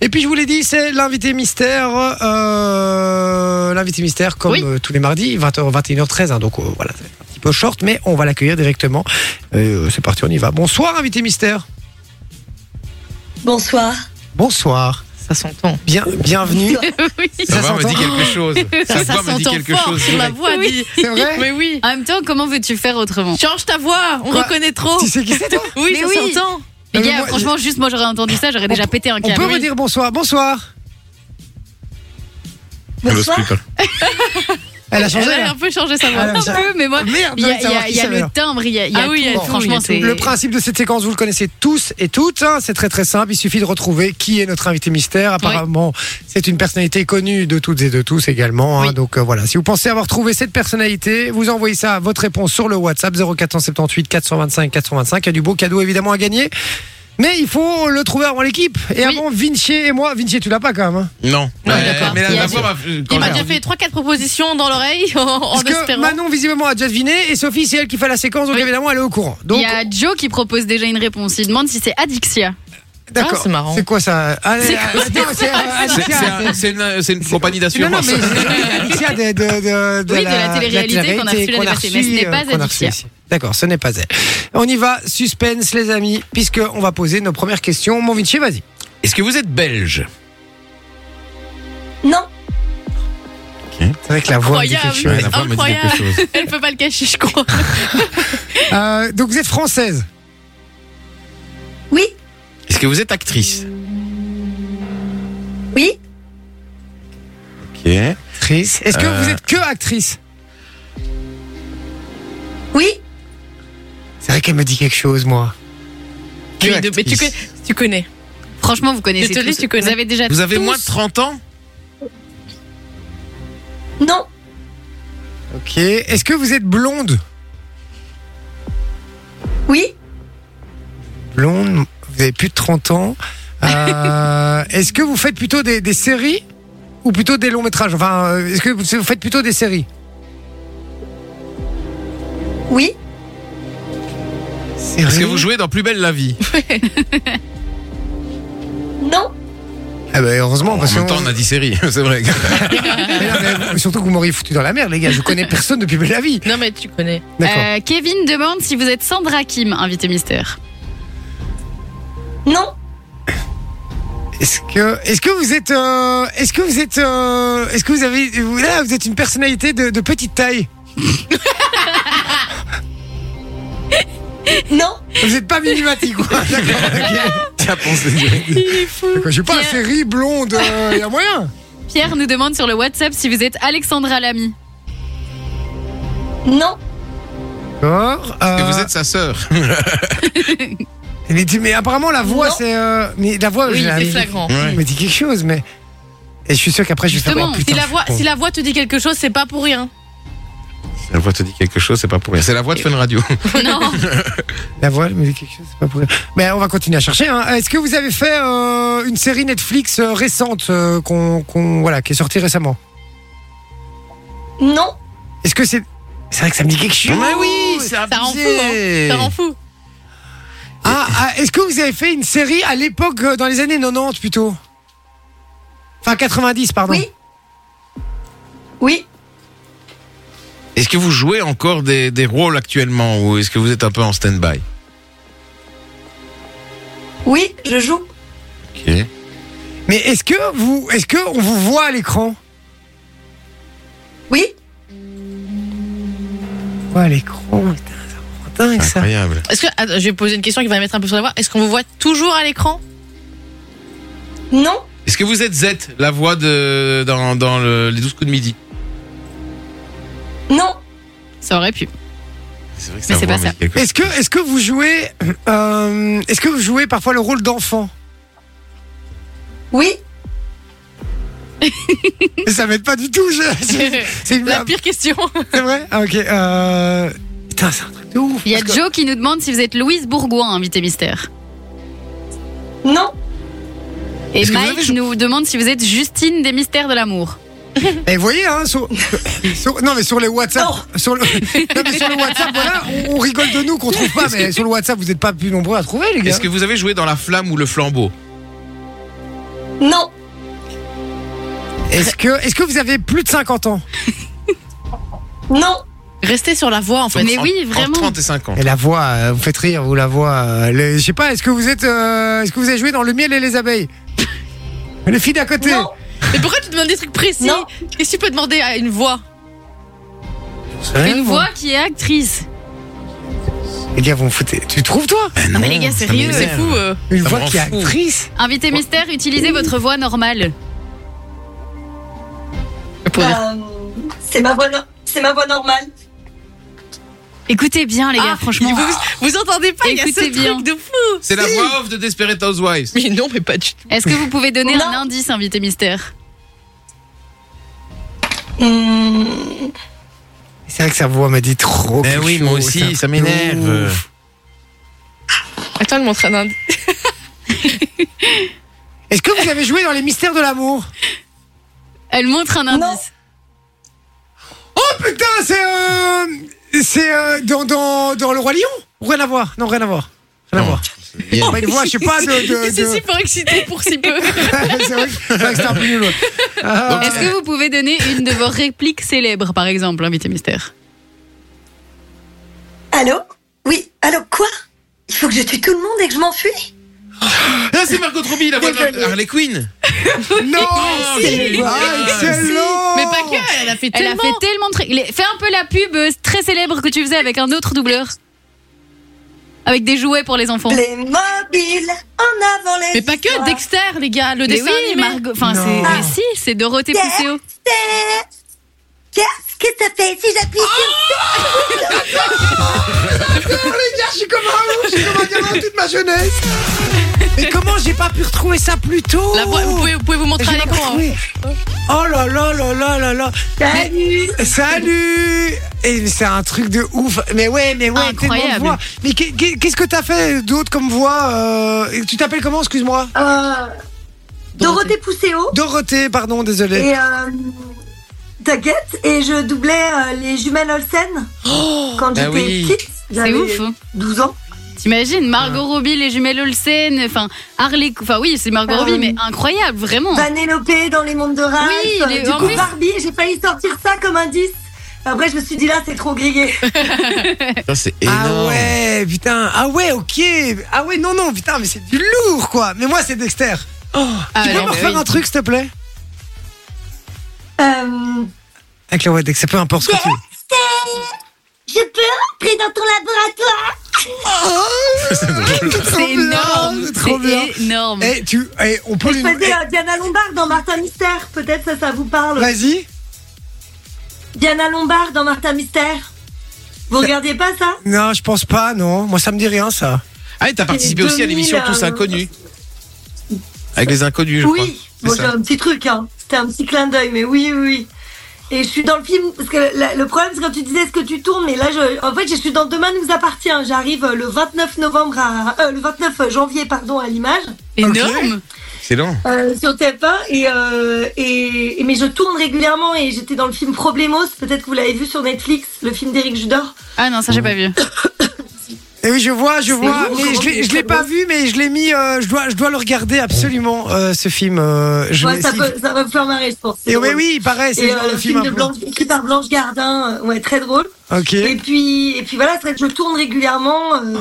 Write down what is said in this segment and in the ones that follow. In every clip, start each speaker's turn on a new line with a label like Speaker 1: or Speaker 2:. Speaker 1: Et puis je vous l'ai dit, c'est l'invité mystère. euh, l'invité mystère, comme
Speaker 2: Oui.
Speaker 1: euh, tous les mardis, 20h, 21h13. hein, donc euh, voilà, c'est un petit peu short, mais on va l'accueillir directement. Et, euh, c'est parti, on y va. Bonsoir, invité mystère.
Speaker 3: Bonsoir.
Speaker 1: Bonsoir.
Speaker 2: Ça s'entend.
Speaker 1: Bien, bienvenue.
Speaker 2: oui,
Speaker 1: Ça
Speaker 4: Sa voix me dit
Speaker 1: s'entend
Speaker 4: quelque chose. Sa voix me dit quelque
Speaker 5: fort
Speaker 4: chose.
Speaker 5: sur la voix, dit.
Speaker 1: C'est vrai
Speaker 2: Mais oui.
Speaker 5: En même temps, comment veux-tu faire autrement
Speaker 2: Change ta voix, on
Speaker 1: Quoi
Speaker 2: reconnaît trop.
Speaker 1: Tu sais qui c'est toi
Speaker 2: Oui,
Speaker 5: Mais
Speaker 2: ça
Speaker 5: oui.
Speaker 2: s'entend.
Speaker 5: Les
Speaker 1: mais
Speaker 5: gars,
Speaker 1: moi-
Speaker 5: franchement, juste moi j'aurais entendu ça, j'aurais déjà pété un
Speaker 1: On
Speaker 5: câble.
Speaker 1: peut
Speaker 5: Oui.
Speaker 1: me dire bonsoir. Bonsoir.
Speaker 3: Bonsoir.
Speaker 1: Elle a changé.
Speaker 2: Elle
Speaker 1: là.
Speaker 2: a un peu changé sa voix.
Speaker 1: Ah, là,
Speaker 5: Un peu, mais moi.
Speaker 1: Merde,
Speaker 5: Il y
Speaker 1: j'avais
Speaker 5: a,
Speaker 1: de
Speaker 5: il y
Speaker 1: savoir
Speaker 5: a-
Speaker 1: qui
Speaker 5: il y a
Speaker 1: c'est,
Speaker 5: le
Speaker 1: alors.
Speaker 5: timbre, il y a, il y a
Speaker 2: Ah oui, il y a
Speaker 5: tout,
Speaker 2: tout,
Speaker 5: franchement,
Speaker 2: il y a
Speaker 5: c'est.
Speaker 2: tout.
Speaker 1: Le principe de cette séquence, vous le connaissez tous et toutes. hein, c'est très très simple. Il suffit de retrouver qui est notre invité mystère. Apparemment, c'est une personnalité connue de toutes et de tous également. hein.
Speaker 2: Oui.
Speaker 1: donc euh, voilà, si vous pensez avoir trouvé cette personnalité, vous envoyez ça, votre réponse sur le WhatsApp 0478 425 425. Il y a du beau cadeau évidemment à gagner. Mais il faut le trouver avant l'équipe. Et
Speaker 2: Oui.
Speaker 1: avant Vinci et moi, Vinci, tu l'as pas quand même. hein.
Speaker 4: Non.
Speaker 2: Ouais,
Speaker 4: Mais-
Speaker 2: d'accord.
Speaker 4: Mais la-
Speaker 5: Il y a
Speaker 4: la
Speaker 5: du-
Speaker 4: voix m'a. euh, quand
Speaker 2: Il m'a
Speaker 4: j'ai
Speaker 2: déjà fait 3-4 propositions dans l'oreille en, en
Speaker 1: Parce que
Speaker 2: espérant.
Speaker 1: Manon visiblement a déjà deviné et Sophie c'est elle qui fait la séquence donc
Speaker 5: Oui.
Speaker 1: évidemment elle est au courant. Donc
Speaker 5: Il y a Joe qui propose déjà une réponse. Il demande si c'est Adixia.
Speaker 1: d'accord.
Speaker 2: Ah, c'est marrant.
Speaker 1: quoi ça Allez, attends, c'est, euh,
Speaker 4: C'est-
Speaker 1: Alicia.
Speaker 4: c'est un- C'est une, c'est une compagnie
Speaker 1: Non, non,
Speaker 4: d'assurance.
Speaker 1: mais Alexia de, de, de, de
Speaker 5: Oui, de la télé-réalité qu'on a reçue l'année passée, mais ce
Speaker 1: reçue,
Speaker 5: n'est
Speaker 1: euh, qu'on a
Speaker 5: pas
Speaker 1: reçue
Speaker 5: Alexia.
Speaker 1: ici. D'accord, ce n'est pas elle. On y va, suspense les amis, puisque on va poser nos premières questions. Mon Vinci, vas-y.
Speaker 4: Est-ce que vous êtes belge
Speaker 3: Non,
Speaker 1: C'est vrai que la voix me dit quelque chose.
Speaker 2: Incroyable.
Speaker 4: Ouais, la voix me dit quelque chose.
Speaker 2: Elle peut pas le cacher, je crois.
Speaker 1: Euh, donc vous êtes française.
Speaker 3: oui,
Speaker 4: Est-ce que vous êtes actrice
Speaker 3: oui,
Speaker 4: Ok. Est-ce
Speaker 1: Actrice. Est-ce que
Speaker 4: Euh.
Speaker 1: vous êtes que actrice
Speaker 3: oui,
Speaker 1: C'est vrai qu'elle me dit quelque chose, moi.
Speaker 2: Oui, de- mais tu,
Speaker 4: actrice.
Speaker 2: connais- tu connais.
Speaker 5: Franchement, vous connaissez.
Speaker 2: Je te
Speaker 5: tous.
Speaker 2: laisse, tu connais.
Speaker 5: Vous avez déjà.
Speaker 4: Vous avez
Speaker 5: tous-
Speaker 4: moins de 30 ans
Speaker 3: non,
Speaker 1: Ok. Est-ce que vous êtes blonde
Speaker 3: oui,
Speaker 1: Blonde, vous avez plus de 30 ans. Euh, est-ce que vous faites plutôt des, des séries ou plutôt des longs métrages Enfin, euh, est-ce que vous vous faites plutôt des séries
Speaker 3: oui,
Speaker 4: Est-ce que vous jouez dans Plus belle la vie
Speaker 3: non,
Speaker 1: Ah bah heureusement,
Speaker 4: En
Speaker 1: parce
Speaker 4: même
Speaker 1: que
Speaker 4: temps, on a dit série, c'est vrai.
Speaker 1: Mais non, mais surtout que vous m'auriez foutu dans la merde, les gars. Je connais personne depuis la vie.
Speaker 2: Non, mais tu connais.
Speaker 1: D'accord.
Speaker 5: Euh, Kevin demande si vous êtes Sandra Kim, invité mystère.
Speaker 3: non,
Speaker 1: Est-ce que, est-ce que vous êtes, euh, est-ce que vous êtes, euh, est-ce que vous avez, vous, là, vous êtes une personnalité de, de petite taille.
Speaker 3: non,
Speaker 1: Vous êtes pas minimati, quoi. D'accord. ok.
Speaker 4: Tiens, pensez direct.
Speaker 1: D'accord, Je suis pas
Speaker 5: Pierre.
Speaker 1: série blonde. Il y a moyen.
Speaker 5: Pierre nous demande sur le WhatsApp si vous êtes Alexandra Lamy.
Speaker 3: non,
Speaker 1: D'accord. euh,
Speaker 4: Et vous êtes sa sœur.
Speaker 1: Mais, tu- mais apparemment la voix,
Speaker 3: Non.
Speaker 1: c'est, euh, mais la voix,
Speaker 2: Oui,
Speaker 1: j'ai la-
Speaker 2: c'est flagrant.
Speaker 1: elle me dit quelque chose, mais. Et je suis sûr qu'après je vais faire.
Speaker 5: Justement,
Speaker 1: oh, putain,
Speaker 2: Si la,
Speaker 1: je suis
Speaker 2: voix,
Speaker 1: con.
Speaker 2: si la voix te dit quelque chose, c'est pas pour rien.
Speaker 4: La voix te dit quelque chose, c'est pas pour rien. C'est la voix de Fun Radio.
Speaker 5: Non.
Speaker 1: La voix, elle me dit quelque chose, c'est pas pour rien. Mais on va continuer à chercher. hein. Est-ce que vous avez fait euh, une série Netflix euh, récente euh, qu'on, qu'on- voilà, qui est sortie récemment
Speaker 3: non,
Speaker 1: Est-ce que c'est. C'est vrai que ça me dit quelque chose
Speaker 4: Mais oui, c'est
Speaker 2: Ça rend fou, hein. Ça rend fou.
Speaker 1: Ah, ah, Est-ce que vous avez fait une série à l'époque, euh, dans les années 90 plutôt Enfin, 90, pardon.
Speaker 3: oui, oui,
Speaker 4: Est-ce que vous jouez encore des, des rôles actuellement ou est-ce que vous êtes un peu en stand-by
Speaker 3: oui, je joue.
Speaker 4: Ok.
Speaker 1: Mais est-ce que vous. Est-ce que on vous voit à l'écran
Speaker 3: Oui,
Speaker 1: Ouais, à l'écran, putain, ça rend dingue ça.
Speaker 4: Incroyable.
Speaker 2: Est-ce que. attends, je vais poser une question qui va mettre un peu sur la voix. Est-ce qu'on vous voit toujours à l'écran
Speaker 3: non,
Speaker 4: Est-ce que vous êtes Z, la voix de dans, dans le- les 12 coups de midi
Speaker 3: non,
Speaker 5: Ça aurait pu.
Speaker 4: C'est vrai que
Speaker 5: Mais c'est pas ça.
Speaker 1: Est-ce que, est-ce que vous jouez. euh, est-ce que vous jouez parfois le rôle d'enfant
Speaker 3: oui,
Speaker 1: Ça m'aide pas du tout. je- c'est une
Speaker 2: La pire question.
Speaker 1: C'est vrai Ah, ok. Euh... Putain, c'est un truc de ouf.
Speaker 5: Il y a
Speaker 1: parce que-
Speaker 5: Joe qui nous demande si vous êtes Louise Bourgoin, invité mystère.
Speaker 3: non,
Speaker 5: Et
Speaker 4: Est-ce que vous
Speaker 5: Mike
Speaker 4: avez joué-
Speaker 5: nous demande si vous êtes Justine des mystères de l'amour.
Speaker 1: Et vous voyez, hein, sur... sur- Non, mais sur les WhatsApp. Sur le... non, mais sur le WhatsApp, voilà, on, on rigole de nous qu'on trouve pas, mais sur le WhatsApp, vous n'êtes pas plus nombreux à trouver, les gars.
Speaker 4: Est-ce que vous avez joué dans la flamme ou le flambeau
Speaker 3: non,
Speaker 1: Est-ce que, est-ce que vous avez plus de 50 ans
Speaker 3: non,
Speaker 2: Restez sur la voie en fait.
Speaker 5: Mais
Speaker 4: Entre-
Speaker 5: oui,
Speaker 4: entre
Speaker 5: vraiment.
Speaker 4: 30 et 50.
Speaker 1: Et la voix, euh, vous faites rire, vous la voix. euh, le- je sais pas, est-ce que vous êtes, euh, est-ce que vous avez joué dans le miel et les abeilles Les filles d'à côté.
Speaker 3: non,
Speaker 2: Mais pourquoi tu demandes des trucs précis
Speaker 3: Non.
Speaker 2: Qu'est-ce que tu peux demander à une voix
Speaker 1: Rien,
Speaker 5: Une
Speaker 1: moi.
Speaker 5: voix qui est actrice.
Speaker 1: Les gars, vous me foutez. Tu trouves toi
Speaker 4: Ben
Speaker 2: Mais les gars,
Speaker 4: ça
Speaker 2: sérieux, c'est
Speaker 4: m'énerve.
Speaker 2: fou. euh.
Speaker 1: Une
Speaker 4: Ça
Speaker 1: voix
Speaker 4: me rend
Speaker 1: qui est
Speaker 4: fou.
Speaker 1: actrice
Speaker 5: Invité mystère, utilisez votre voix normale.
Speaker 2: Ah.
Speaker 3: bah, c'est ma voix, no- c'est ma voix normale.
Speaker 5: Écoutez bien, les gars,
Speaker 2: Ah,
Speaker 5: franchement.
Speaker 2: Vous, vous entendez pas, il y a ce
Speaker 5: Écoutez bien.
Speaker 2: truc de fou.
Speaker 4: C'est la voix off de Desperate Housewives.
Speaker 2: Mais non, mais pas du tout.
Speaker 5: Est-ce que vous pouvez donner
Speaker 3: Non.
Speaker 5: un indice, invité mystère
Speaker 2: Mmh.
Speaker 3: Hmm,
Speaker 1: C'est vrai que sa voix m'a dit trop.
Speaker 4: Eh
Speaker 1: quelque
Speaker 4: oui, moi
Speaker 1: chose, c'est un
Speaker 4: aussi, ça
Speaker 1: truc de
Speaker 4: m'énerve.
Speaker 1: ouf.
Speaker 2: Attends, elle montre un indice.
Speaker 1: Est-ce que vous avez joué dans les mystères de l'amour
Speaker 5: Elle montre un
Speaker 3: Non.
Speaker 5: indice.
Speaker 1: Oh putain, c'est euh, c'est euh, dans, dans, dans le roi lion. Rien à voir. Non, rien à voir. Rien à
Speaker 4: Non.
Speaker 1: voir.
Speaker 4: Bien.
Speaker 1: Pas une voix, je sais pas de. de,
Speaker 2: Il s'est
Speaker 1: de-
Speaker 2: super excité pour si peu.
Speaker 1: c'est vrai que c'est vrai que c'était un peu nul. ouais. Euh,
Speaker 5: Est-ce que vous pouvez donner une de vos répliques célèbres, par exemple, invité mystère
Speaker 3: Allô Oui, allô, quoi Il faut que je tue tout le monde et que je m'enfuis
Speaker 4: Ah, c'est Margot Robbie, la voix de Harley Quinn.
Speaker 1: Non
Speaker 4: si.
Speaker 1: Ah, excellent
Speaker 2: Mais pas que, elle a fait
Speaker 5: Elle
Speaker 2: tellement.
Speaker 5: a fait tellement de trucs. Il est- Fais un peu la pub euh, très célèbre que tu faisais avec un autre doubleur. Avec des jouets pour les enfants.
Speaker 3: Les mobiles en avant les.
Speaker 2: Mais pas que,
Speaker 3: histoires.
Speaker 2: Dexter, les gars, le
Speaker 5: Mais
Speaker 2: dessin
Speaker 5: oui,
Speaker 2: animé.
Speaker 5: Margot. Enfin,
Speaker 1: Non.
Speaker 5: c'est.
Speaker 1: Ah.
Speaker 5: mais si, c'est Dorothée
Speaker 3: Yeah.
Speaker 5: Pousseau.
Speaker 3: Qu'est-ce que ça fait si j'appuie sur
Speaker 1: les gars, je suis comme un ouf, je suis comme un gamin toute ma jeunesse Mais comment j'ai pas pu retrouver ça plus tôt
Speaker 2: La voix, vous, pouvez, vous pouvez vous montrer
Speaker 1: J'ai pas
Speaker 2: à l'écran. hein.
Speaker 1: retrouvé. Oh là là là là là là
Speaker 5: Oh
Speaker 3: Salut
Speaker 1: Salut Et c'est un truc de ouf Mais ouais, mais ouais, tellement de
Speaker 5: Incroyable.
Speaker 1: voix. Mais qu'est- qu'est- qu'est-ce que t'as fait d'autre comme voix euh, Tu t'appelles comment, excuse-moi
Speaker 3: Euh, Dorothée Pousséo
Speaker 1: Dorothée, pardon, désolé.
Speaker 3: et euh, T'inquiète, et je doublais euh, les jumelles Olsen quand j'étais
Speaker 4: Ah oui.
Speaker 5: Oh
Speaker 3: petite.
Speaker 5: Bah C'est
Speaker 3: J'avais
Speaker 5: ouf. hein.
Speaker 3: 12 ans.
Speaker 5: T'imagines Margot Robbie, les jumelles Olsen, enfin Harley. Enfin oui, c'est Margot
Speaker 3: Ah
Speaker 5: Robbie,
Speaker 3: oui. Bah,
Speaker 5: mais incroyable, vraiment.
Speaker 3: Vanellope dans les mondes de Ralph.
Speaker 5: Oh. Oui, les-
Speaker 3: du
Speaker 5: en
Speaker 3: coup,
Speaker 5: plus-
Speaker 3: Barbie, j'ai failli sortir ça comme indice. Après, je me suis dit là, c'est trop grillé.
Speaker 4: Ça, c'est
Speaker 1: Ah
Speaker 4: énorme.
Speaker 1: ouais, putain, ah ouais, ok. Ah ouais, non, non, putain, mais c'est du lourd, quoi. Mais moi, c'est Dexter. Oh,
Speaker 2: Ah,
Speaker 1: tu peux
Speaker 2: non,
Speaker 1: me
Speaker 2: mais
Speaker 1: refaire
Speaker 2: oui.
Speaker 1: un truc, s'il te plaît
Speaker 3: Euh,
Speaker 1: Avec la voix de Dexter, peu importe ce que tu veux.
Speaker 3: je peux rentrer dans ton laboratoire
Speaker 5: C'est énorme.
Speaker 1: C'est trop bien.
Speaker 5: C'est énorme.
Speaker 1: Eh, tu, eh, on peut
Speaker 3: Je
Speaker 1: lui...
Speaker 3: faisais euh, Diana Lombard dans Martin Mystère. Peut-être ça, ça vous
Speaker 1: eh,
Speaker 3: parle.
Speaker 1: Vas-y.
Speaker 3: Diana Lombard dans Martin Mystère. Vous regardiez pas ça
Speaker 1: Non, je pense pas, non. Moi, ça me dit rien, ça.
Speaker 4: Ah, et t'as participé
Speaker 3: Et
Speaker 4: aussi à l'émission
Speaker 3: 2000,
Speaker 4: Tous
Speaker 3: euh,
Speaker 4: inconnus. Avec les inconnus, je crois.
Speaker 3: Oui,
Speaker 4: C'est
Speaker 3: bon,
Speaker 4: ça.
Speaker 3: c'est un petit truc, hein. c'était un petit clin d'œil, mais oui, oui, oui. Et je suis dans le film, parce que la- le problème, c'est quand tu disais ce que tu tournes, mais là, je, en fait, je suis dans Demain nous appartient. J'arrive euh, le 29 novembre, à, euh, le 29 janvier, pardon, à l'image,
Speaker 5: Énorme.
Speaker 4: Excellent.
Speaker 3: euh, sur TF1, et, euh, et, et- mais je tourne régulièrement, et j'étais dans le film Problemos, peut-être que vous l'avez vu sur Netflix, le film d'Éric Judor.
Speaker 5: Ah non, ça j'ai pas vu.
Speaker 1: Et Eh oui, je vois, je vois.
Speaker 3: vous,
Speaker 1: mais
Speaker 3: comment
Speaker 1: je l'ai-
Speaker 3: vous
Speaker 1: je l'ai pas vu, mais je l'ai mis. euh, je, dois, je dois le regarder absolument, euh, ce film. euh, je
Speaker 3: Ouais,
Speaker 1: vais-
Speaker 3: ça,
Speaker 1: si-
Speaker 3: peut, ça va me faire marrer, je pense. c'est
Speaker 1: Et oui,
Speaker 3: drôle.
Speaker 1: oui, pareil, c'est
Speaker 3: Et
Speaker 1: le genre
Speaker 3: euh,
Speaker 1: de
Speaker 3: le film de
Speaker 1: un peu.
Speaker 3: Blanche, écrit par Blanche Gardin, euh, ouais, très drôle.
Speaker 1: Ok.
Speaker 3: Et puis, et puis voilà, c'est vrai que je tourne régulièrement. euh,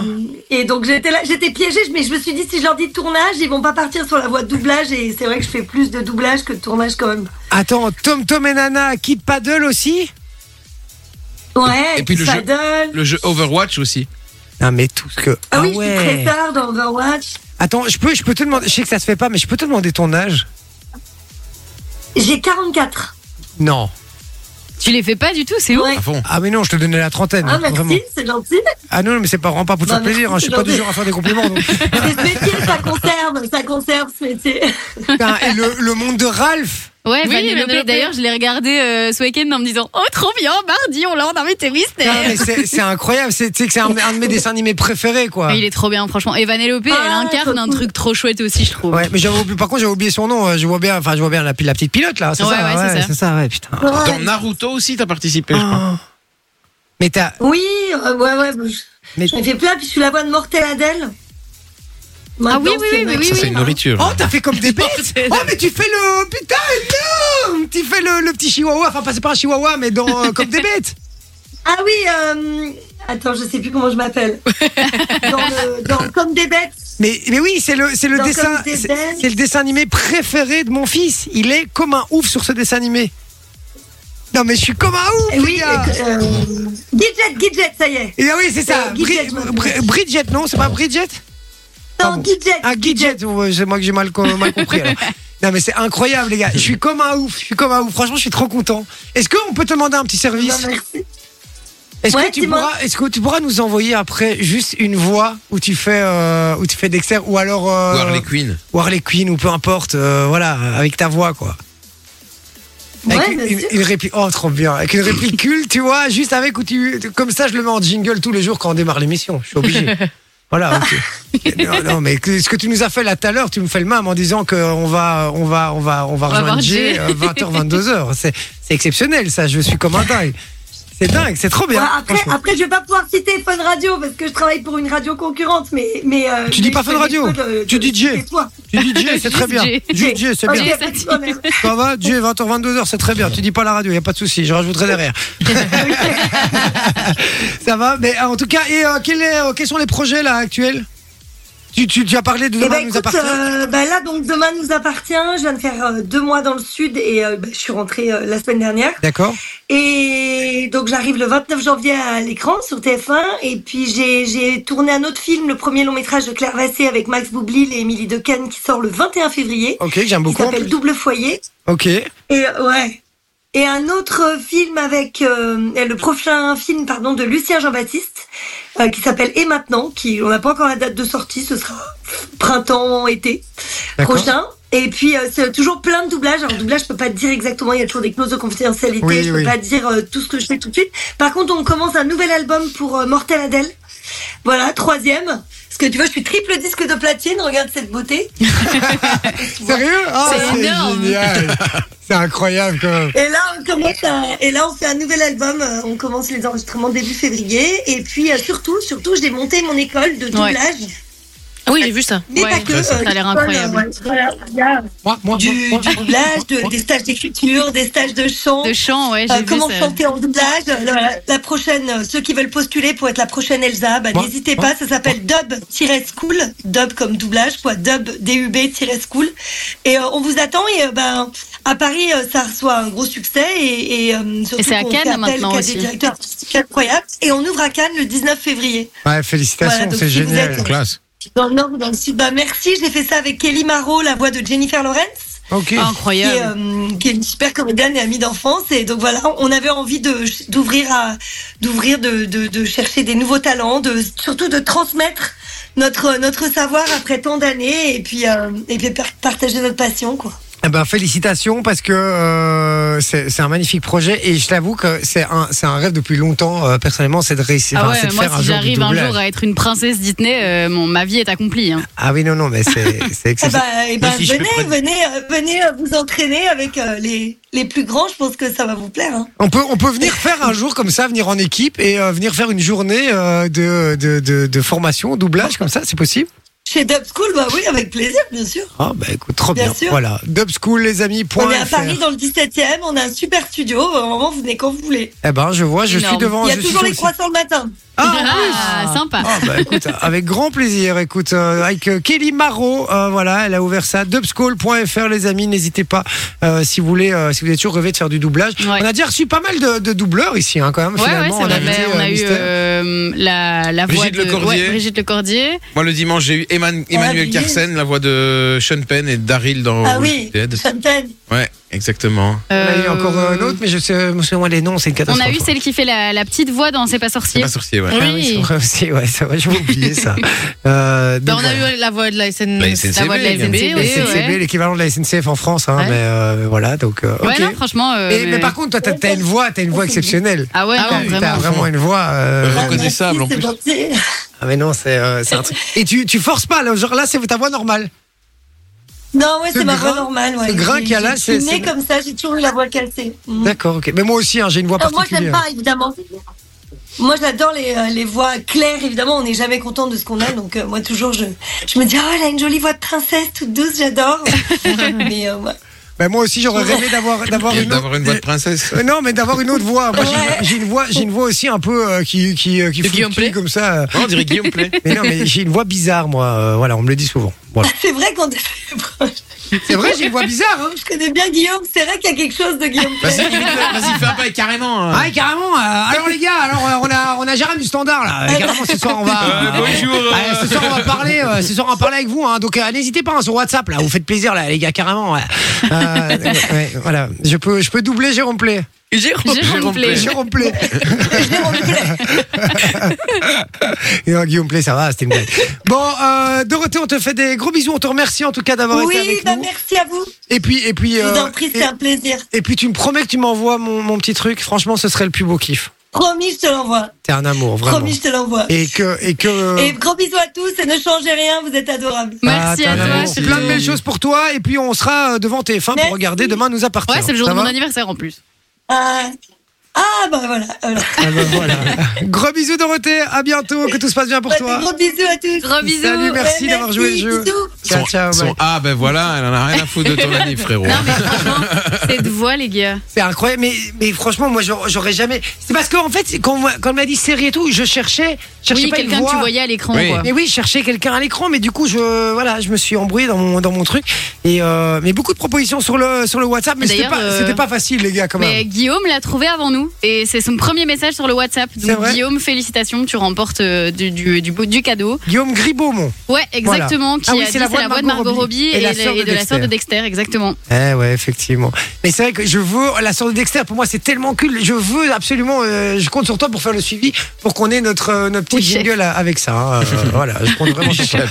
Speaker 3: et donc j'étais là, j'étais piégée, mais je me suis dit si je leur dis tournage, ils vont pas partir sur la voie de doublage. Et c'est vrai que je fais plus de doublage que de tournage quand même.
Speaker 1: Attends, Tom Tom et Nana, Kid Paddle aussi
Speaker 3: Ouais,
Speaker 4: Et- et puis le jeu-
Speaker 3: Paddle.
Speaker 4: Le jeu Overwatch aussi.
Speaker 1: Non, mais tout ce que.
Speaker 3: Ah oui, je suis très tard dans Overwatch.
Speaker 1: Attends, je peux, je peux te demander. Je sais que ça se fait pas, mais je peux te demander ton âge
Speaker 3: J'ai 44.
Speaker 1: Non.
Speaker 5: Tu les fais pas du tout, c'est ouf.
Speaker 3: Ouais.
Speaker 4: À fond.
Speaker 1: Ah mais non, je te donnais la trentaine.
Speaker 3: Ah,
Speaker 1: vraiment.
Speaker 3: merci, c'est gentil.
Speaker 1: Ah non, mais c'est pas vraiment pas pour te
Speaker 3: Bah,
Speaker 1: faire plaisir.
Speaker 3: merci,
Speaker 1: hein, je suis
Speaker 3: c'est
Speaker 1: pas du
Speaker 3: gentil.
Speaker 1: genre à faire des compliments. donc.
Speaker 3: Mais ce métier, ça conserve, ça conserve ce métier.
Speaker 1: Putain, et le, le monde de Ralph.
Speaker 5: Ouais,
Speaker 2: Oui,
Speaker 5: Vanellope,
Speaker 2: Vanellope.
Speaker 5: D'ailleurs, je l'ai regardé euh, ce week-end en me disant Oh, trop bien, mardi, on l'a en invité mystère.
Speaker 1: Putain, mais c'est c'est incroyable. C'est tu sais que c'est un, un de mes dessins animés préférés, quoi.
Speaker 5: Mais Ah, il est trop bien, franchement. Et Vanellope, elle
Speaker 3: Ah,
Speaker 5: incarne
Speaker 3: trop
Speaker 5: un
Speaker 3: cool.
Speaker 5: truc trop chouette aussi, je trouve.
Speaker 1: Ouais, mais j'avais oublié. Par contre, j'avais oublié son nom. euh, Je vois bien. Enfin, je vois bien la, la petite pilote là. C'est
Speaker 5: Ouais,
Speaker 1: ça.
Speaker 5: ouais, c'est ça.
Speaker 1: c'est ça. Ouais, putain.
Speaker 4: Dans
Speaker 3: Ouais.
Speaker 4: Naruto aussi, t'as participé, je crois.
Speaker 1: Mais t'as.
Speaker 3: Oui, euh, ouais, ouais. je-
Speaker 1: Mais...
Speaker 3: J'en ai fait plein, puis je suis la voix de Mortel Adèle.
Speaker 5: Ah oui,
Speaker 3: Maintenant,
Speaker 5: oui,
Speaker 3: c'est
Speaker 5: oui,
Speaker 3: vrai.
Speaker 5: oui,
Speaker 4: Ça,
Speaker 5: oui.
Speaker 4: c'est une nourriture.
Speaker 1: Oh, t'as fait comme des bêtes
Speaker 2: c'est-
Speaker 1: Oh, mais tu fais le. Putain, énorme Tu fais le, le petit chihuahua, enfin, pas- c'est pas un chihuahua, mais dans, euh, comme des bêtes
Speaker 3: Ah oui, euh, attends, je sais plus comment je m'appelle. dans le- dans- comme des bêtes.
Speaker 1: Mais, mais oui, c'est le, c'est le
Speaker 3: Dans
Speaker 1: dessin.
Speaker 3: Comme des
Speaker 1: c'est-
Speaker 3: Bêtes.
Speaker 1: C'est le dessin animé préféré de mon fils. Il est comme un ouf sur ce dessin animé. Non, mais je suis comme un ouf
Speaker 3: Et
Speaker 1: les
Speaker 3: oui,
Speaker 5: Ah.
Speaker 1: gars.
Speaker 3: et que- euh, Gidget, Gidget, ça y est.
Speaker 1: Et ah oui, c'est ça.
Speaker 3: Euh, Gidget,
Speaker 1: Bri-
Speaker 3: moi.
Speaker 1: Bri- Bridget, non C'est pas Bridget
Speaker 3: Non,
Speaker 1: Pardon.
Speaker 3: Gidget.
Speaker 1: Ah, Gidget, ouais, c'est moi que j'ai mal, co- mal compris. alors. Non, mais c'est incroyable, les gars. Je suis comme un ouf. Je suis comme un ouf. Franchement, je suis trop content. Est-ce qu'on peut te demander un petit
Speaker 3: Non,
Speaker 1: service
Speaker 3: merci.
Speaker 1: Est-ce
Speaker 3: Ouais,
Speaker 1: que tu
Speaker 3: dis-moi.
Speaker 1: pourras, est-ce que tu pourras nous envoyer après juste une voix où tu fais, euh, où tu fais Dexter ou alors euh,
Speaker 4: Ou Harley Quinn.
Speaker 1: ou Harley Quinn ou peu importe, euh, voilà, avec ta voix quoi.
Speaker 3: Ouais,
Speaker 1: Avec
Speaker 3: bien
Speaker 1: une,
Speaker 3: sûr.
Speaker 1: une réplique, oh trop bien, avec une réplique culte, tu vois, juste avec où tu, comme ça je le mets en jingle tous les jours quand on démarre l'émission, je suis obligé. Voilà. ok. non, non, mais que- ce que tu nous as fait là tout à l'heure, tu me fais le même en disant qu'on va, on va, on va, on va
Speaker 5: va
Speaker 1: rejoindre
Speaker 5: voir Jay.
Speaker 1: Jay euh, 20h, 22h. C'est c'est exceptionnel, ça. Je suis comme un dingue. C'est dingue, c'est trop bien.
Speaker 3: Ouais, après,
Speaker 1: franchement.
Speaker 3: après, je vais pas pouvoir citer Fun Radio parce que je travaille pour une radio concurrente, mais mais. euh,
Speaker 1: Tu dis
Speaker 3: mais
Speaker 1: pas
Speaker 3: je
Speaker 1: Fun
Speaker 3: connais
Speaker 1: Radio,
Speaker 3: peu de-
Speaker 1: tu
Speaker 3: euh, de-
Speaker 1: dis Jay.
Speaker 3: des soins.
Speaker 1: Tu dis Jay, c'est très bien.
Speaker 5: Jay.
Speaker 1: Dis Jay, c'est
Speaker 3: Ok,
Speaker 1: bien.
Speaker 3: pas de problème.
Speaker 1: Ça va, Dieu, 20h, 22h, c'est très bien. Tu dis pas la radio, il a pas de souci, je rajouterai derrière. ça va, mais euh, en tout cas, et, euh, quel est, euh, quels sont les projets là actuels tu, tu, tu as parlé de
Speaker 3: Eh ben,
Speaker 1: demain nous
Speaker 3: écoute,
Speaker 1: appartient.
Speaker 3: euh, bah là donc demain nous appartient. Je viens de faire euh, deux mois dans le sud et euh, bah, je suis rentrée euh, la semaine dernière.
Speaker 1: D'accord.
Speaker 3: Et donc j'arrive le 29 janvier à l'écran sur TF1 et puis j'ai- j'ai tourné un autre film, le premier long métrage de Claire Vassé avec Max Boublil et Émilie Decaine qui sort le 21 février.
Speaker 1: Ok, j'aime
Speaker 3: qui
Speaker 1: beaucoup. en
Speaker 3: s'appelle
Speaker 1: plus.
Speaker 3: Double Foyer.
Speaker 1: Ok.
Speaker 3: Et euh, ouais. Et un autre euh, film avec euh, le prochain film pardon de Lucien Jean-Baptiste euh, qui s'appelle Et maintenant qui on n'a pas encore la date de sortie, ce sera printemps été
Speaker 1: D'accord.
Speaker 3: prochain. Et puis euh, c'est toujours plein de doublages. Alors doublage, je peux pas te dire exactement, il y a toujours des clauses de confidentialité,
Speaker 1: Oui,
Speaker 3: je
Speaker 1: oui.
Speaker 3: peux pas dire euh, tout ce que je fais tout de suite. Par contre, on commence un nouvel album pour euh, Mortel Adèle. Voilà, troisième. Parce que tu vois, je suis triple disque de platine, regarde cette beauté.
Speaker 1: Sérieux Ah,
Speaker 5: C'est énorme.
Speaker 1: génial. C'est incroyable quand même.
Speaker 3: Et là, on commence à- et là, on fait un nouvel album. euh, On commence les enregistrements début février. Et puis, euh, surtout, surtout, j'ai monté mon école de doublage.
Speaker 2: Ah oui, j'ai vu ça.
Speaker 3: Mais
Speaker 5: Ouais,
Speaker 3: pas que.
Speaker 5: ça, ça a
Speaker 3: euh,
Speaker 5: l'air
Speaker 3: l'école,
Speaker 5: incroyable.
Speaker 3: euh, ouais, voilà, il y a
Speaker 1: Moi, moi,
Speaker 3: du,
Speaker 1: moi,
Speaker 3: du
Speaker 1: moi.
Speaker 3: doublage, de- des stages d'écriture, des stages de chant.
Speaker 5: De chant, ouais, j'ai
Speaker 3: Euh,
Speaker 5: vu
Speaker 3: comment
Speaker 5: ça.
Speaker 3: chanter en doublage euh, la, la prochaine, euh, ceux qui veulent postuler pour être la prochaine Elsa, bah,
Speaker 1: Ouais,
Speaker 3: n'hésitez pas, ça s'appelle dub-school, dub comme doublage, quoi, dub, dub-school. Et euh, on vous attend, et euh, ben, à Paris, euh, ça reçoit un gros succès, et, et, euh, surtout
Speaker 5: Et c'est à
Speaker 3: qu'on
Speaker 5: Cannes,
Speaker 3: fait appel
Speaker 5: maintenant,
Speaker 3: qu'à des
Speaker 5: aussi.
Speaker 3: directeurs artistiques incroyables. Et on ouvre à Cannes le 19 février,
Speaker 1: Ouais, félicitations,
Speaker 3: Voilà, donc
Speaker 1: c'est
Speaker 3: si vous
Speaker 1: génial.
Speaker 3: êtes-
Speaker 4: Classe.
Speaker 3: dans le Nord ou dans le Sud. Bah, merci, j'ai fait ça avec Kelly Marot, la voix de Jennifer Lawrence
Speaker 1: Ok.
Speaker 5: Ah,
Speaker 3: qui est,
Speaker 5: Incroyable.
Speaker 3: euh, qui est une super comédienne et amie d'enfance. Et donc voilà, on avait envie de d'ouvrir à d'ouvrir, de, de, de chercher des nouveaux talents, de surtout de transmettre notre notre savoir après tant d'années et puis euh, et puis par- partager notre passion quoi.
Speaker 1: Eh ben, félicitations parce que euh, c'est c'est un magnifique projet et je t'avoue que c'est un, c'est un rêve depuis longtemps, euh, personnellement, c'est de réussir.
Speaker 5: Ah
Speaker 1: enfin, c'est
Speaker 5: ouais,
Speaker 1: de
Speaker 5: moi
Speaker 1: faire un
Speaker 5: si
Speaker 1: jour du
Speaker 5: j'arrive un
Speaker 1: doublage.
Speaker 5: jour à être une princesse Disney, euh, mon- ma vie est accomplie. hein.
Speaker 1: Ah oui, non, non, mais c'est c'est Bah, exceptionnel.
Speaker 3: Eh ben, eh ben,
Speaker 4: Moi, si je peux
Speaker 3: venez
Speaker 4: prendre-
Speaker 3: venez euh, venez euh, vous entraîner avec euh, les les plus grands. Je pense que ça va vous plaire. hein.
Speaker 1: On peut, on peut venir faire un jour comme ça, venir en équipe et euh, venir faire une journée euh, de, de, de, de formation, doublage comme ça, c'est possible
Speaker 3: Chez Dub School, bah oui, avec plaisir, bien sûr.
Speaker 1: Ah bah écoute, trop bien.
Speaker 3: Bien sûr.
Speaker 1: Voilà, dubschool les amis.
Speaker 3: on est à Paris dans le 17e, on a un super studio. euh, Vraiment, vous venez quand vous voulez.
Speaker 1: Eh ben je vois, je suis
Speaker 5: Énorme.
Speaker 1: devant.
Speaker 3: Il y a
Speaker 1: je suis
Speaker 3: toujours
Speaker 1: sur
Speaker 3: les
Speaker 1: le site.
Speaker 3: croissants le matin.
Speaker 1: Ah, en plus
Speaker 5: Ah, sympa.
Speaker 1: Ah bah écoute, avec grand plaisir. Écoute, euh, avec euh, Kelly Marot, euh, voilà, elle a ouvert ça. Dubscall.fr, les amis, n'hésitez pas euh, si vous voulez, euh, si vous êtes toujours rêvé de faire du doublage.
Speaker 5: Ouais.
Speaker 1: On a déjà reçu pas mal de, de doubleurs ici, hein, quand même.
Speaker 5: Ouais, ouais,
Speaker 1: finalement,
Speaker 5: c'est
Speaker 1: on a,
Speaker 5: vrai.
Speaker 1: invité,
Speaker 5: mais on
Speaker 1: euh,
Speaker 5: a eu
Speaker 1: Mister.
Speaker 5: euh, la, la voix
Speaker 4: Brigitte
Speaker 5: de
Speaker 4: Lecordier.
Speaker 5: ouais, Brigitte Lecordier.
Speaker 4: Moi, le dimanche, j'ai eu Eman- Emmanuel
Speaker 3: oui.
Speaker 4: Carsen, la voix de Sean Penn et Daryl dans
Speaker 3: Ah
Speaker 4: Walking
Speaker 3: oui,
Speaker 4: Dead.
Speaker 3: Fontaine.
Speaker 4: Ouais, exactement.
Speaker 1: On a eu
Speaker 5: Euh,
Speaker 1: encore euh, un autre, mais je sais, me souviens les noms, c'est une
Speaker 5: On
Speaker 1: catastrophe.
Speaker 5: a eu celle qui fait la, la petite voix dans C'est pas
Speaker 4: C'est
Speaker 5: sorcier.
Speaker 4: pas sorcier, ouais.
Speaker 1: Ah oui, c'est
Speaker 2: Oui.
Speaker 1: vrai aussi, ouais, ça va, je vais oublier ça. Euh,
Speaker 2: Bah,
Speaker 1: donc,
Speaker 2: on a
Speaker 1: voilà.
Speaker 2: eu la voix de la SN,
Speaker 1: Bah,
Speaker 4: La SNCB,
Speaker 2: la voix de la
Speaker 4: les gars.
Speaker 2: SNCB,
Speaker 1: La
Speaker 5: oui,
Speaker 1: SNCB,
Speaker 5: ouais.
Speaker 1: l'équivalent de la SNCF en France, hein,
Speaker 2: Ouais.
Speaker 1: mais euh, voilà, donc. euh,
Speaker 5: Ouais,
Speaker 1: ok.
Speaker 5: non, franchement. euh,
Speaker 1: Et- mais par contre, toi, t'as- t'as une voix, t'as une voix exceptionnelle.
Speaker 5: Ah ouais,
Speaker 2: Ah
Speaker 5: non,
Speaker 2: ouais,
Speaker 5: vraiment.
Speaker 1: T'as vraiment une voix. euh,
Speaker 4: Vraiment. Reconnaissable, en
Speaker 3: Merci,
Speaker 4: plus.
Speaker 3: c'est gentil.
Speaker 1: Ah mais non, c'est euh, c'est un truc. Et tu, tu forces pas, là, genre là, c'est ta voix normale.
Speaker 3: Non, ouais,
Speaker 1: Ce
Speaker 3: c'est ma
Speaker 1: grain-
Speaker 3: voix normale. Ouais.
Speaker 1: ce grain qu'il y a là,
Speaker 3: Je suis
Speaker 1: c'est-
Speaker 3: née
Speaker 1: c'est-
Speaker 3: comme ça, j'ai toujours eu la voie cassée. Mm.
Speaker 1: D'accord, ok. Mais moi aussi, hein, j'ai une voix
Speaker 3: Alors, moi, j'aime
Speaker 1: particulière.
Speaker 3: pas, évidemment. Moi, j'adore les, euh, les voix claires. Évidemment, on n'est jamais content de ce qu'on a. Donc, euh, moi, toujours, je, je me dis, oh, elle a une jolie voix de princesse, toute douce, j'adore. Mais euh, ouais.
Speaker 1: Ben, moi aussi, j'aurais rêvé d'avoir d'avoir une autre.
Speaker 4: D'avoir une voix de princesse.
Speaker 1: Euh, Non, mais d'avoir une autre voix. Moi, j'ai-
Speaker 3: Ouais.
Speaker 1: j'ai une voix, j'ai une voix aussi un peu euh, qui qui euh, qui
Speaker 2: De
Speaker 1: fout le
Speaker 2: Guillaume
Speaker 1: cul
Speaker 2: Play.
Speaker 1: comme ça.
Speaker 4: Ouais, on dirait Guillaume Play.
Speaker 1: Mais non, mais j'ai une voix bizarre, moi. euh, voilà, on me le dit souvent. Voilà.
Speaker 3: c'est vrai qu'on est proche.
Speaker 1: C'est vrai, j'ai une voix bizarre. Hein
Speaker 3: Oh, Je connais bien Guillaume. C'est vrai qu'il y a quelque chose de Guillaume.
Speaker 1: Bah,
Speaker 4: Vas-y, limite, vas-y, fais un bail carrément. hein.
Speaker 1: Ah, ouais, carrément. euh, alors les gars, alors euh, on a on a Gérard du standard là. Euh, Carrément, ce soir on va.
Speaker 4: Euh, bonjour, euh.
Speaker 1: Ouais, ce soir on va parler. euh, ce soir on va parler avec vous. Hein, donc euh, n'hésitez pas hein, sur WhatsApp là. Vous faites plaisir là, les gars, carrément. ouais. Euh, ouais, voilà. Je peux je peux doubler Jérôme Play.
Speaker 5: Jérôme Play.
Speaker 1: Jérôme Play. Et non, Euh, Guillaume Play, ça va, c'était une blague. Bon, euh, Dorothée, on te fait des gros bisous. On te remercie en tout cas d'avoir été
Speaker 3: Oui,
Speaker 1: avec
Speaker 3: bah,
Speaker 1: nous.
Speaker 3: merci à vous.
Speaker 1: Et puis, et puis,
Speaker 3: Je vous
Speaker 1: euh,
Speaker 3: en prie,
Speaker 1: et,
Speaker 3: c'est un plaisir.
Speaker 1: et puis, tu me promets que tu m'envoies mon, mon petit truc. Franchement, ce serait le plus beau kiff.
Speaker 3: Promis, je te l'envoie.
Speaker 1: T'es un amour, vraiment.
Speaker 3: Promis, je te l'envoie.
Speaker 1: Et que, et que.
Speaker 3: Et gros bisous à tous et ne changez rien, vous êtes adorables.
Speaker 1: Ah,
Speaker 5: Merci
Speaker 1: t'es
Speaker 5: à
Speaker 1: un
Speaker 5: toi.
Speaker 1: amour.
Speaker 5: surtout.
Speaker 1: Plein de belles choses pour toi. Et puis, on sera euh, devant tes fins pour
Speaker 3: Merci.
Speaker 1: regarder demain nous appartient.
Speaker 5: Ouais, c'est le jour
Speaker 1: Ça
Speaker 5: de mon
Speaker 1: va
Speaker 5: anniversaire en plus.
Speaker 3: Ah, ah bah voilà. voilà.
Speaker 1: Ah ben voilà. Gros bisous, Dorothée. À bientôt. Que tout se passe bien pour
Speaker 3: Ouais,
Speaker 1: toi.
Speaker 3: Bah, Gros bisous à tous.
Speaker 5: Gros bisous.
Speaker 1: Salut, merci
Speaker 3: Ouais,
Speaker 1: d'avoir joué le jeu.
Speaker 3: bisous.
Speaker 1: Ciao,
Speaker 4: Son-
Speaker 1: ciao,
Speaker 4: son-
Speaker 1: ouais.
Speaker 4: Ah, ben voilà, elle en a rien à foutre de ton année, frérot.
Speaker 5: Non, mais franchement, cette voix, les gars.
Speaker 1: C'est incroyable, mais, mais franchement, moi, j'aurais j'aurais jamais. C'est parce qu'en fait, c'est quand, on m'a- quand on m'a dit série et tout, je cherchais, je cherchais
Speaker 5: Oui,
Speaker 1: pas une
Speaker 5: quelqu'un que
Speaker 1: voix.
Speaker 5: tu voyais à l'écran,
Speaker 4: Oui.
Speaker 5: quoi.
Speaker 1: Mais oui, je cherchais quelqu'un à l'écran, mais du coup, je voilà, je me suis embrouillé dans mon dans mon truc. Et euh, mais beaucoup de propositions sur le sur le WhatsApp, mais c'était
Speaker 5: D'ailleurs,
Speaker 1: pas
Speaker 5: euh,
Speaker 1: c'était pas facile, les gars, quand
Speaker 5: Mais
Speaker 1: même.
Speaker 5: Guillaume l'a trouvé avant nous et c'est son premier message sur le WhatsApp.
Speaker 1: C'est
Speaker 5: Donc
Speaker 1: vrai
Speaker 5: Guillaume, félicitations, tu remportes euh, du, du, du, beau- du cadeau.
Speaker 1: Guillaume Gribaumont.
Speaker 5: Ouais, exactement. Qui
Speaker 1: Ah oui,
Speaker 5: a
Speaker 1: c'est
Speaker 5: dit c'est
Speaker 1: la
Speaker 5: la,
Speaker 1: voix de
Speaker 5: voix de
Speaker 1: Margot
Speaker 5: Margot Robbie et,
Speaker 1: la
Speaker 5: la-
Speaker 1: sœur de
Speaker 5: et de la sœur de Dexter, exactement.
Speaker 1: Eh ouais, effectivement. Mais c'est vrai que je veux la sorte de Dexter. Pour moi, c'est tellement cool. Je veux absolument. euh, je compte sur toi pour faire le suivi, pour qu'on ait notre euh, notre petit
Speaker 5: Oui, chef.
Speaker 1: jingle à- avec ça. hein. Euh, voilà, je compte vraiment sur toi.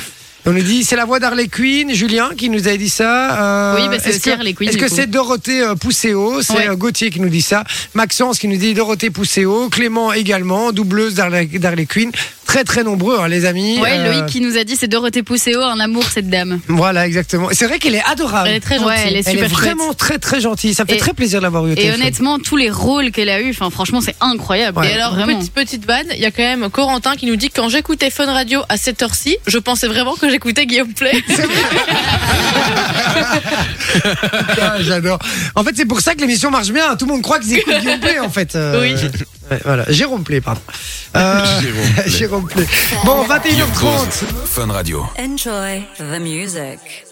Speaker 1: On nous dit c'est la voix d'Harley Quinn, Julien qui nous avait dit ça. Euh,
Speaker 5: Oui, bah, c'est
Speaker 1: est-ce
Speaker 5: aussi
Speaker 1: que-
Speaker 5: Harley Quinn,
Speaker 1: Est-ce
Speaker 5: du
Speaker 1: que
Speaker 5: coup.
Speaker 1: c'est Dorothée euh, Pousséo C'est
Speaker 5: Ouais.
Speaker 1: euh, Gauthier qui nous dit ça. Maxence qui nous dit Dorothée Pousséo, Clément également, doubleuse d'Harley d'Harley Quinn. Très très nombreux hein, les amis.
Speaker 5: Ouais,
Speaker 1: Euh,
Speaker 5: Loïc qui nous a dit c'est Dorothée Pousséo, un amour cette dame.
Speaker 1: Voilà exactement. C'est vrai qu'elle est adorable.
Speaker 2: Elle est très
Speaker 5: Ouais,
Speaker 2: gentille.
Speaker 5: elle est
Speaker 1: Elle est
Speaker 5: super chouette.
Speaker 1: vraiment très très gentille. Ça me fait
Speaker 5: Et-
Speaker 1: très plaisir de l'avoir eu au
Speaker 5: Et
Speaker 1: téléphone.
Speaker 5: honnêtement, tous les rôles qu'elle a eu, enfin franchement, c'est incroyable.
Speaker 1: Ouais.
Speaker 2: Et alors,
Speaker 5: vraiment.
Speaker 2: petite, petite vanne, il y a quand même Corentin qui nous dit quand j'écoutais Fun Radio à cette heure-ci, je pensais vraiment que j'écoutais Guillaume Play.
Speaker 1: Ah, J'adore. En fait, c'est pour ça que l'émission marche bien. Tout le monde croit qu'ils écoutent Guillaume Play, en fait. Euh,
Speaker 2: Oui.
Speaker 1: ouais, voilà. Jérôme Play, pardon. Euh,
Speaker 4: Jérôme Play.
Speaker 1: Jérôme Play. Bon, 21h30.
Speaker 6: Enjoy the music.